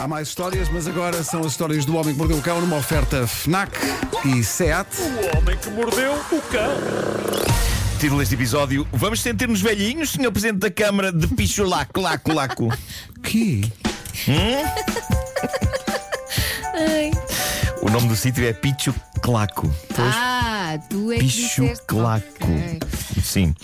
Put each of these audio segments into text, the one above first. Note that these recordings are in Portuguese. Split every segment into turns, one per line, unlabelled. Há mais histórias, mas agora são as histórias do Homem que Mordeu o Cão numa oferta FNAC e SEAT.
O homem que mordeu o cão.
Título deste episódio: Vamos sentir-nos velhinhos, senhor Presidente da Câmara de Pichulaco, Laco, Laco.
Que?
Ai.
O nome do sítio é Pichuclaco.
Ah, tu é que
Picho
disseste.
claco.
Ok.
Sim.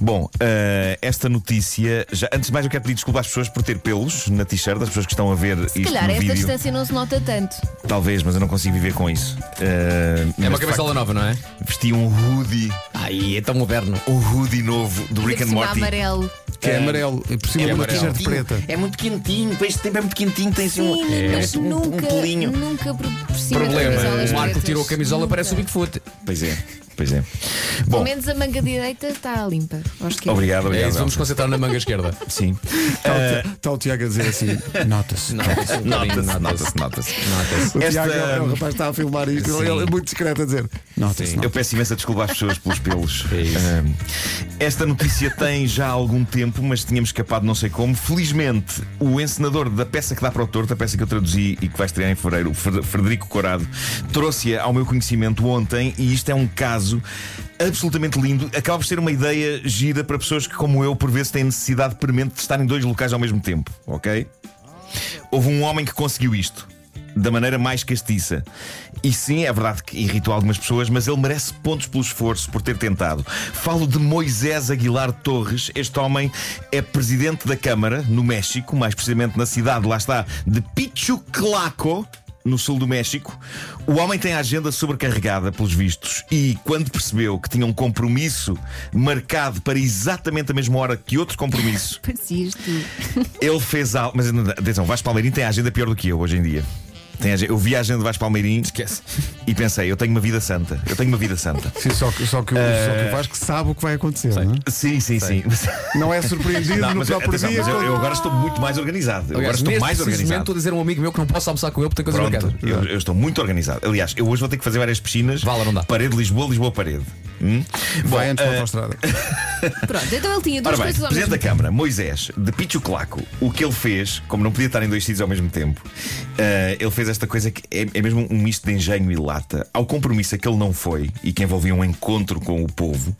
Bom, eh, esta notícia. Já, antes de mais, eu quero pedir desculpa às pessoas por ter pelos na t-shirt, as pessoas que estão a ver isto
Se calhar
no
esta
vídeo.
distância não se nota tanto.
Talvez, mas eu não consigo viver com isso. Eh,
É uma
mas, de
cabeçola
facto,
nova, não é?
Vesti um hoodie,
Ai, é tão moderno.
um hoodie novo do Rick and
Ainda por cima
Morty.
amarelo.
Que é amarelo, e por cima
é
de uma
amarelo.
t-shirt preta.
É muito quentinho, para este tempo é muito quentinho, tem assim
Sim,
um,
mas
um, um
nunca,
pelinho.
nunca por, por cima
Problema.
das camisolas
O Marco
pretas.
tirou a camisola,
Nunca.
parece o Bigfoot.
Pois é, pois é.
Pelo
Bom,
menos a manga direita está limpa. Acho que é.
obrigado,
É
obrigado.
isso, vamos
Elsa.
concentrar na manga esquerda.
Sim.
Está o Ti- Está o Tiago a dizer assim: nota-se.
Nota-se, nota-se, nota-se.
O
Esta- hum,
Tiago é o rapaz que está a filmar isto.
Sim.
Ele é muito discreto a dizer: nota-se.
Eu
nota-se."
peço imensa desculpa às pessoas pelos pelos.
É isso.
Ahm, esta notícia tem já algum tempo, mas tínhamos escapado não sei como. Felizmente, o encenador da peça que dá para o torto, a peça que eu traduzi e que vai estrear em fevereiro, o Fer- Frederico Corado, trouxe-a ao meu conhecimento ontem e isto é um caso absolutamente lindo. Acaba por ser uma ideia gira para pessoas que, como eu, por vezes têm necessidade premente de estar em dois locais ao mesmo tempo, ok? Houve um homem que conseguiu isto da maneira mais castiça. E sim, é verdade que irritou algumas pessoas, mas ele merece pontos pelo esforço por ter tentado. Falo de Moisés Aguilar Torres. Este homem é presidente da Câmara no México, mais precisamente na cidade, lá está, de Pichuclaco. No sul do México, o homem tem a agenda sobrecarregada pelos vistos e, quando percebeu que tinha um compromisso marcado para exatamente a mesma hora que outro compromisso,
Parecia isto.
ele fez algo. Mas atenção, Vasco Palmeirim tem a agenda pior do que eu hoje em dia. Tem a agen- Eu vi a agenda de Vasco Palmeirim
Esquece.
e pensei, eu tenho uma vida santa. Eu tenho uma vida santa.
Sim, só, que, só, que o, só
Eh,
que o Vasco sabe o que vai acontecer, não é?
Sim, sim, sim.
Não é surpreendido
Não,
no
mas, eu-
próprio
atenção,
dia.
mas eu,
quando-
eu agora estou muito mais organizado. Eu agora
Aliás,
estou
neste
mais
preciso momento Estou
organizado.
a dizer a um amigo meu que não posso almoçar com ele porque tem coisas
Pronto,
marcadas.
eu, eu estou muito organizado. Aliás, eu hoje vou ter que fazer várias piscinas.
Vale, não dá.
Parede Lisboa, Lisboa, parede. Hum? Bom,
Vai antes
ah,
para a autostrada.
Pronto, então ele tinha
Ora
duas
bem,
coisas ao mesmo
Presidente da Câmara, Moisés, de Picho Claco, o que ele fez, como não podia estar em dois sítios ao mesmo tempo, eh, ele fez esta coisa que é, é mesmo um misto de engenho e lata. Ao compromisso a que ele não foi e que envolvia um encontro com o povo,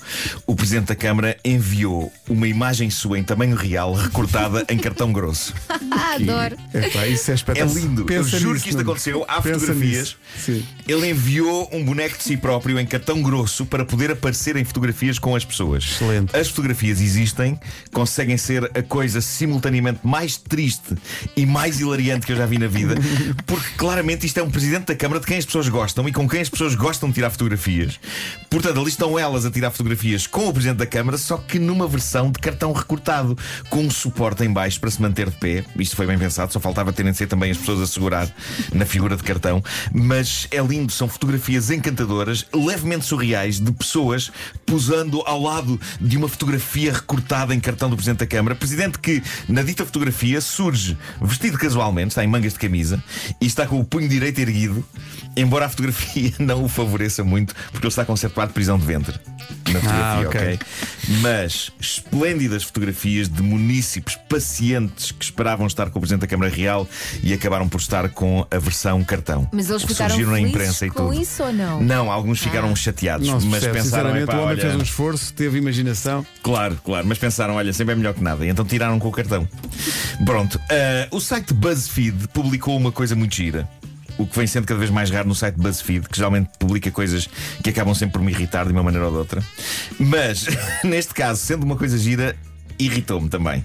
o Presidente da Câmara enviou uma imagem sua em tamanho real, recortada em cartão grosso.
Ah, adoro.
Epá, isso é
É
espetacular.
lindo.
Pensa
Eu juro
nisso,
que isto
Nuno.
aconteceu. Há
Pensa
fotografias.
nisso. Sim.
Ele enviou um boneco de si próprio em cartão grosso para poder aparecer em fotografias com as pessoas.
Excelente.
As fotografias existem, conseguem ser a coisa simultaneamente mais triste e mais hilariante que eu já vi na vida, porque claramente isto é um presidente da Câmara de quem as pessoas gostam e com quem as pessoas gostam de tirar fotografias. Portanto, ali estão elas a tirar fotografias com o presidente da Câmara, só que numa versão de cartão recortado, com um suporte em baixo para se manter de pé. Isto foi bem pensado, só faltava terem de ser também as pessoas a segurar na figura de cartão. Mas é lindo, são fotografias encantadoras, levemente surreais, de pessoas posando ao lado de uma fotografia recortada em cartão do Presidente da Câmara. Presidente que, na dita fotografia, surge vestido casualmente, está em mangas de camisa e está com o punho direito erguido, embora a fotografia não o favoreça muito, porque ele está com um certo ar de prisão de ventre. Na fotografia,
Ah, ok.
ok? Mas esplêndidas fotografias de munícipes pacientes que esperavam estar com o Presidente da Câmara Real e acabaram por estar com a versão cartão.
Mas eles
Que
ficaram
surgiram na
felizes
imprensa e
com
tudo.
isso ou não? Ah.
Não, alguns ficaram chateados,
Não se
mas
percebe.
pensaram.
Sinceramente,
"Epá,
o homem
olha,
fez um esforço, teve imaginação.
Claro, claro, mas pensaram, olha, sempre é melhor que nada. E então tiraram com o cartão. Pronto, ah, o site BuzzFeed publicou uma coisa muito gira. O que vem sendo cada vez mais raro no site BuzzFeed, que geralmente publica coisas que acabam sempre por me irritar de uma maneira ou de outra. Mas, neste caso, sendo uma coisa gira, irritou-me também.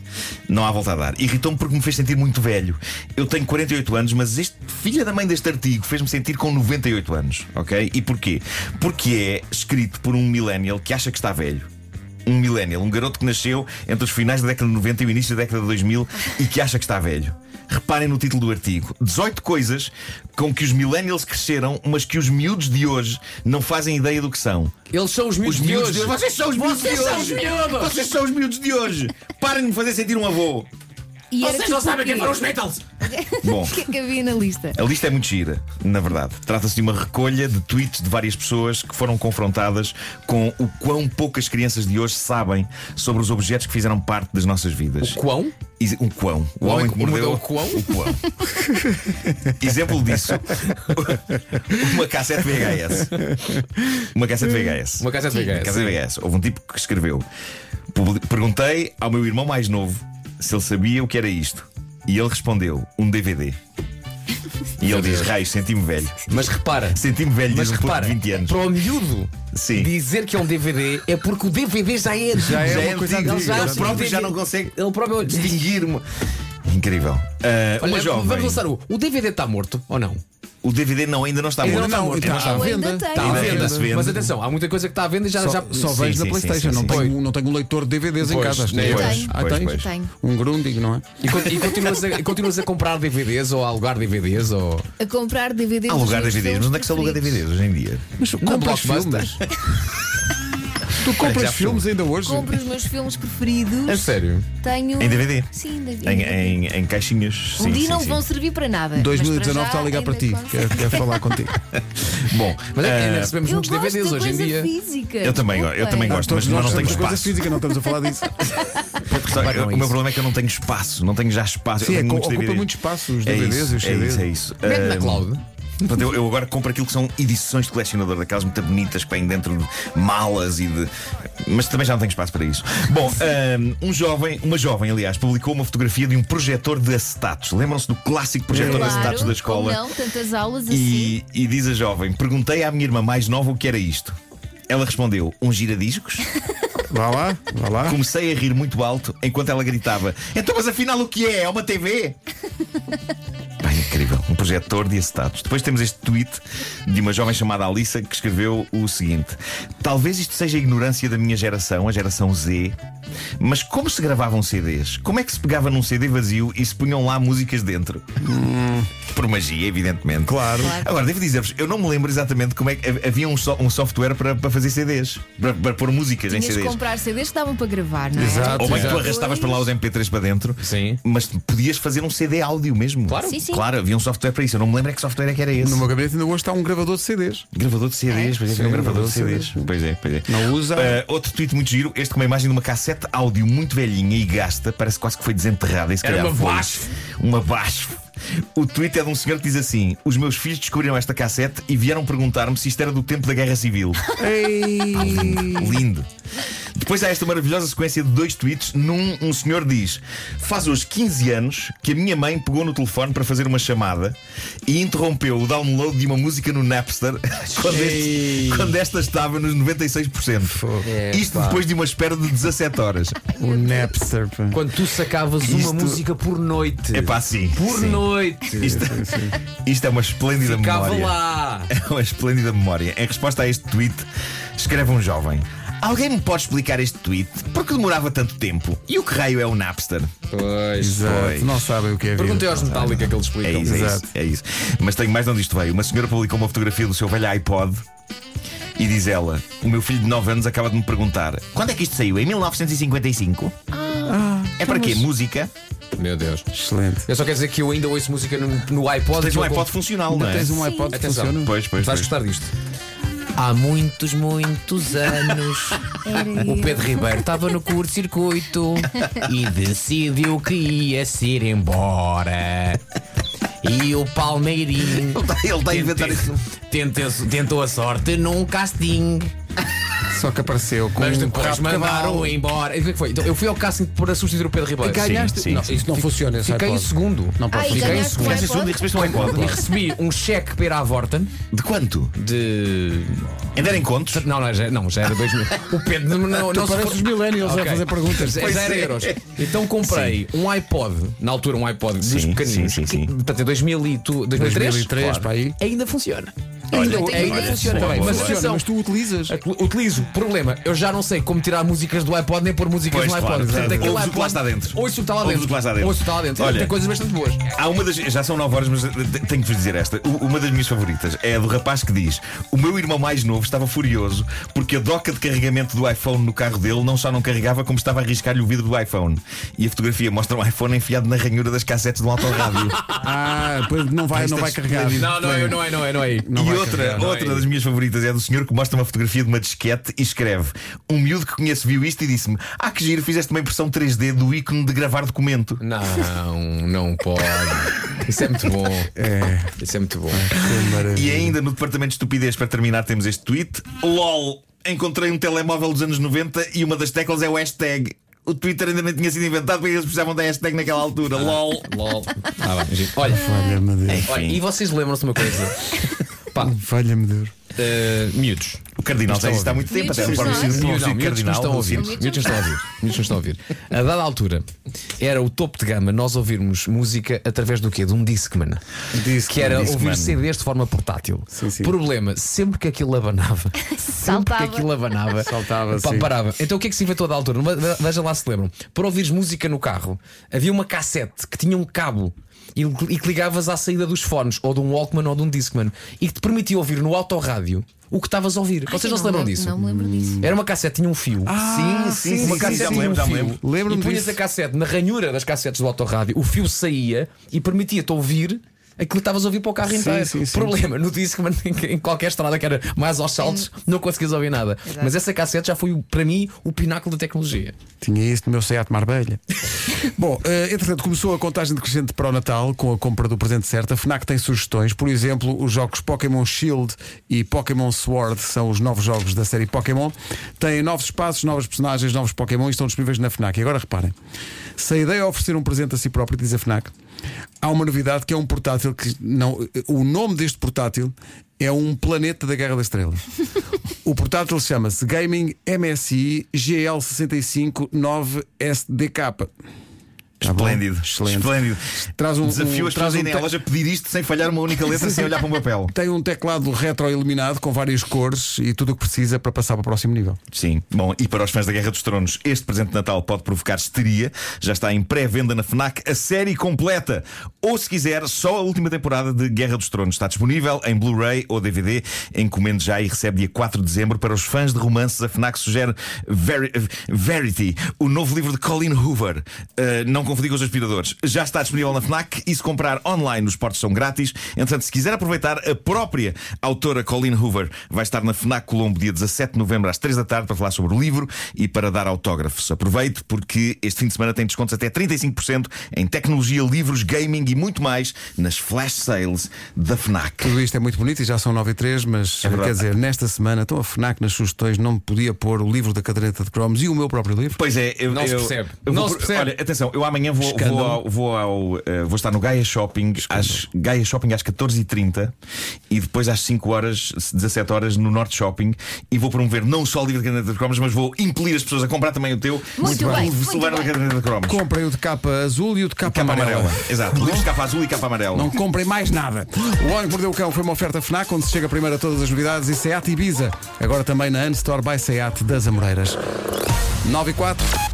Não há volta a dar. Irritou-me porque me fez sentir muito velho. Eu tenho 48 anos, mas este filho da mãe deste artigo fez-me sentir com 98 anos, ok? E porquê? Porque é escrito por um millennial que acha que está velho um millennial, um garoto que nasceu entre os finais da década de 90 e o início da década de 2000 e que acha que está velho. Reparem no título do artigo: 18 coisas com que os millennials cresceram, mas que os miúdos de hoje não fazem ideia do que são.
Eles são os
Os
miúdos de
miúdos
hoje.
de hoje. Vocês são os miúdos de
Vocês são os
hoje.
miúdos.
Vocês são os miúdos de hoje. Parem de me fazer sentir um avô.
E era
é
tipo o quê?
Beatles!
Bom.
O que é que havia na lista?
A lista é muito gira, na verdade. Trata-se de uma recolha de tweets de várias pessoas que foram confrontadas com o quão poucas crianças de hoje sabem sobre os objetos que fizeram parte das nossas vidas.
Quão?
E- Um quão. O,
homem é que mordeu o um quão?
O quão. Exemplo disso: uma cassete VHS. Uma cassete VHS.
Uma casa de
Uma
VHS.
cassete VHS. Houve um tipo que escreveu: "Publi- Perguntei ao meu irmão mais novo se ele sabia o que era isto. E ele respondeu: um DVD. E ele diz: Raios, senti-me velho.
Mas repara.
Senti-me velho
Mas
desde um puto
repara, é
de 20 anos.
para o miúdo
Sim.
dizer que é um DVD é porque o DVD já é
Já é
Já
uma coisa
antigo.
antiga.
Ele já-
Ele próprio já não consegue
Ele próprio
distinguir-me. Incrível. Ah, uma
Olha,
jovem.
Vamos lançar o. O DVD está tá morto ou não?
O DVD não, ainda não está
Ainda
morto.
não, está
Ainda
à
não
venda.
Ainda tem.
Está à
Ainda
Tá, venda.
se vende.
Mas atenção, há muita coisa que está à venda e já.
Só,
Ah, já...
só
Sim.
vejo
sim,
na
sim,
PlayStation,
sim,
não,
sim.
Tenho, um- não tenho um leitor de DVDs em
Pois,
casa. acho que
nem eu.
não.
Pois,
Ah,
pois,
tens?
pois.
Tenho.
Um Grundig, não é?
E, con- e continuas, a, continuas a comprar DVDs ou a alugar DVDs ou.
A comprar DVDs.
Há
dos
lugar
meus
DVDs. Mas onde é que se aluga
preferidos.
DVDs hoje em dia?
Mas compras
Blockbuster.
filmes. tu compras
Já
filmes ainda hoje?
Compro os meus filmes
É
preferidos.
sério?
Tenho.
Em DVD.
Sim, em DVD.
Em, em, em caixinhas.
Um
sim,
dia
sim,
não
sim.
vão servir para nada. mas para
2019
já
tá
é
está a ligar para
ainda
ti.
consigo.
é
Quer, quer falar contigo.
Bom,
Mas é que ainda
ah,
recebemos
Eu
muitos
gosto de
DVDs hoje em
coisa
dia.
Física.
Eu também go- eu também
Desculpem.
gosto.
Todos
mas
nós
não
gostamos
tenho
de coisa
espaço.
física, não estamos a falar disso.
Só que
Repararam
o
isso.
meu problema é que eu não tenho espaço, não tenho já espaço.
Sim,
eu
é,
tenho
co-
muitos
ocupa
DVDs.
muito espaço os
É
DVDs e
isso,
os
é
CDs.
isso, é isso.
Mete na
Ah,
cloud.
Portanto, eu, eu agora compro aquilo que são edições de colecionador, daquelas muito bonitas que vêm dentro de malas e de. Mas também já não tenho espaço para isso. Bom, um, um jovem, uma jovem, aliás, publicou uma fotografia de um projetor de acetatos. Lembram-se do clássico projetor de acetatos
Claro,
da escola?
como não, tantas aulas assim.
E, e diz a jovem: Perguntei à minha irmã mais nova o que era isto. Ela respondeu: Um giradiscos.
Vá lá, vá lá.
Comecei a rir muito alto enquanto ela gritava: Então, mas afinal o que é? É uma TV? Pá, incrível. Um projetor de acetatos. Depois temos este tweet de uma jovem chamada Alissa que escreveu o seguinte: Talvez isto seja a ignorância da minha geração, a geração Z, mas como se gravavam CDs? Como é que se pegava num CD vazio e se punham lá músicas dentro? Por magia, evidentemente.
Claro.
Claro.
Agora, devo dizer-vos, eu não me lembro exatamente como é que havia um, so- um software para, para fazer CDs, para, para pôr músicas em
Tinhas de
CDs.
comprar CDs que davam para gravar, não é?
Exato.
Ou bem que tu
Exato.
arrastavas para lá os MP3 para dentro,
Sim.
mas podias fazer um CD áudio mesmo.
Claro.
Sim, sim.
Claro, havia um software para isso. Eu não me lembro é que software é que era esse.
No meu gabinete ainda hoje está um gravador de CDs.
Gravador de CDs, pois é,
Sim,
tinha um gravador de
gravador de
CDs. Pois é, pois é.
Não usa.
Ah, outro tweet muito giro, este com uma imagem de uma cassete áudio muito velhinha e gasta, parece quase que foi desenterrada. e se
Era
calhar
uma
foi.
Basf.
Uma Basf. O tweet é de um senhor que diz assim: Os meus filhos descobriram esta cassete e vieram perguntar-me se isto era do tempo da Guerra Civil. Lindo. Depois há esta maravilhosa sequência de dois tweets. Num, um senhor diz: Faz hoje 15 anos que a minha mãe pegou no telefone para fazer uma chamada e interrompeu o download de uma música no Napster quando, este- quando esta estava nos 96%. Isto
É,
depois de uma espera de 17 horas.
O Napster. pá.
Quando tu sacavas
Isto-
uma música por noite.
É pá, sim.
Por
sim.
noite.
Isto, isto é uma esplêndida
Ficava
memória.
lá.
É uma esplêndida memória. Em resposta a este tweet, escreve um jovem: Alguém me pode explicar este tweet? Por que demorava tanto tempo? E o que raio é o Napster?
Pois.
Exato.
Pois.
Não sabem o que é vida.
Perguntei aos Metallica que eles
É
explicam.
isso, é isso,
Exato.
é isso. Mas tenho mais de onde isto veio. Uma senhora publicou uma fotografia do seu velho iPod e diz ela: O meu filho de 9 anos acaba de me perguntar quando é que isto saiu? Em 1955? é para quê? Música?
Meu Deus.
Excelente.
Eu só quero dizer que eu ainda ouço música no, no iPod.
Tens
e
um
eu
iPod
compro-
funcional, não
Ainda
é?
tens um iPod que
Atenção.
funciona?
Pois, pois.
Vais
pois.
gostar disto. Há muitos, muitos anos, o Pedro Ribeiro estava no curto-circuito e decidiu que ia ser embora. E o Palmeirinho
Ele está- Ele está a inventar isso.
tentou, tentou- tentou a sorte num casting,
Só que apareceu com
mas
um
depois
rabo de cavalo.
mandaram embora. E o que é que foi? Então, eu fui ao casting para substituir o Pedro Ribeiro.
Ganhaste.
Sim,
Não,
sim.
isto não funciona. é
esse
Fiquei em
iPod.
segundo.
Não posso
Ai,
fazer.
ganhaste
ganhaste
um
um
Ficaste em segundo e
iPod?
recebeste um
E
iPod.
recebi um cheque para a Vorten
De quanto?
de
Ainda era em contos?
Não, não, já, não, já era 2000. O Pedro não, não, não
Tu pareces os millennials a
Ok.
fazer perguntas.
Já, já era
é.
euros. Então comprei um iPod, na altura um iPod dos
Sim,
pequeninos.
sim, sim, sim.
que- Portanto, é 2000 e tu, 2003,
2003, para aí.
Ainda funciona. Ainda,
É,
tenho
ainda
ideia.
funciona
Boa,
bem.
boa,
Mas
boa.
Funciona,
atenção,
mas tu utilizas.
Acl- Utilizo, problema, eu já não sei como tirar músicas do iPod nem pôr músicas
Pois,
no iPod.
claro,
Portanto,
exato.
aquele
Ouves o que lá está dentro.
Ouço o que está lá
Ouves
dentro.
o que lá está dentro.
Ouço o que está lá dentro.
Olha.
Tem coisas bastante boas.
Há uma das. Já são 9 horas, mas eh, te- tenho que vos dizer esta. U- Uma das minhas favoritas é a do rapaz que diz: O meu irmão mais novo estava furioso porque a doca de carregamento do iPhone no carro dele não só não carregava, como estava a arriscar-lhe o vidro do iPhone. E a fotografia mostra um iPhone enfiado na ranhura das cassetes de um autorrádio.
Ah, pois não vai, não vai
Estas
carregar.
esplênidas.
Não, não, eu não é, não é, não é.
Não
e
vai
outra,
carregar, não
outra
é?
das minhas favoritas é a do senhor que mostra uma fotografia de uma disquete e escreve: Um miúdo que conheço viu isto e disse-me: Ah, que giro, fizeste uma impressão 3D do ícone de gravar documento.
Não, não pode. Isso é muito bom. Isso é muito bom.
E ainda no departamento de estupidez, para terminar, temos este tweet: LOL, encontrei um telemóvel dos anos 90 e uma das teclas é o hashtag. O Twitter ainda nem tinha sido inventado, porque eles precisavam da hashtag naquela altura. LOL.
LOL. Ah, bem, giro. Olha,
Valha-me Deus.
olha, e
Enfim,
vocês lembram-se de uma coisa? Pá,
Valha-me Deus.
eh, miúdos.
o Cardinal já existe há muito tempo,
Miúdos
até não
não
pode
são,
ser
Miúdos não,
promovido
miúdos não
Cardinal.
estão a ouvir.
Miúdos
Miúdos
não
não estão a ouvir. Miúdos não estão a ouvir. A dada altura, era o topo de gama nós ouvirmos música através do quê? De um Discman. Que era
Discman.
ouvir CDs de forma portátil.
sim.
Problema, sempre que aquilo abanava, sempre que
Saltava.
aquilo abanava,
Saltava, assim.
pá,
sim.
parava. Então o que é que se inventou a dada altura? Uma- ve- Veja lá se lembram. Para ouvires música no carro, havia uma cassete que tinha um cabo. E e que ligavas à saída dos fones, ou de um Walkman ou de um Discman, e que te permitia ouvir no autorádio o que estavas a ouvir.
Ai,
Vocês
eu
não, se lembram
lembro-
disso?
Não me lembro disso.
Era uma cassete, tinha um fio.
Hum. Ah, sim, sim,
uma
sim,
cassete
já me
tinha
lembro,
um
já me
fio.
lembro.
Lembro-me
E punhas
disso.
a cassete na ranhura das cassetes do autorrádio, o fio saía e permitia-te ouvir aquilo que estavas a ouvir para o carro
Sim,
inteiro.
sim, sim.
Problema, no disco, mas em- em qualquer estrada que era mais aos saltos, não conseguias ouvir nada.
Exato.
Mas essa cassete já foi, o- para mim, o pináculo da tecnologia.
Tinha isso no meu Seat Marbelha. Bom, eh, entretanto, começou a contagem decrescente para o Natal com a compra do presente certo. A Fnac tem sugestões, por exemplo, os jogos Pokémon Shield e Pokémon Sword são os novos jogos da série Pokémon. Têm novos espaços, novos personagens, novos Pokémon e estão disponíveis na Fnac. E agora reparem: se a ideia é oferecer um presente a si próprio, diz a Fnac, há uma novidade que é um portátil que não. O nome deste portátil é um planeta da Guerra das Estrelas. O portátil chama-se Gaming MSI GL659SDK. Tá bom?
Esplêndido.
Excelente.
Esplêndido.
Traz um-
Desafio
um-
as
traz
pessoas
um
a irem à
te-
loja pedir isto sem falhar uma única letra, sem olhar para um papel.
Tem um teclado retroiluminado com várias cores e tudo o que precisa para passar para o próximo nível.
Sim, bom, e para os fãs da Guerra dos Tronos, este presente de Natal pode provocar histeria. Já está em pré-venda na Fnac a série completa. Ou se quiser, só a última temporada de Guerra dos Tronos. Está disponível em Blu-ray ou DVD. Encomende já e recebe dia 4 de dezembro. Para os fãs de romances, a Fnac sugere Veri- Verity, o novo livro de Colin Hoover. Eh, não confundir com os aspiradores. Já está disponível na Fnac e se comprar online, os portos são grátis. Entretanto, se quiser aproveitar, a própria autora Colleen Hoover vai estar na FNAC Colombo dia 17 de novembro às 3 da tarde para falar sobre o livro e para dar autógrafos. Aproveite porque este fim de semana tem descontos até 35% em tecnologia, livros, gaming e muito mais nas flash sales da FNAC.
Tudo isto é muito bonito e já são 9 e 3, mas
É verdade.
quer dizer, nesta semana estão a FNAC nas sugestões, não me podia pôr o livro da caderneta de cromos e o meu próprio livro.
Pois é, eu,
Não se
eu-
percebe.
eu
Não
vou
se
por-
percebe.
Olha, atenção, eu amanhã vou, vou,
Escândalo.
ao, vou, ao, eh, vou estar no Gaia Shopping às Gaia Shopping às 14h30 e depois às 5 horas, 17 horas no Norte Shopping e vou promover não só o livro de Caneta de Cromos, mas vou impelir as pessoas a comprar também o teu
Muito bem,
o
muito
celular da
bem.
Caneta de Cromos.
Comprem o de capa azul e o de capa,
Capa
amarela.
amarela. Exato. Livros de capa azul e capa amarela.
Não comprem mais nada. O Homem que Mordeu o Cão foi uma oferta FNAC, onde se chega primeiro a todas as novidades e Seat Ibiza. Agora também na Unstore by Seat das Amoreiras. 9 e 4.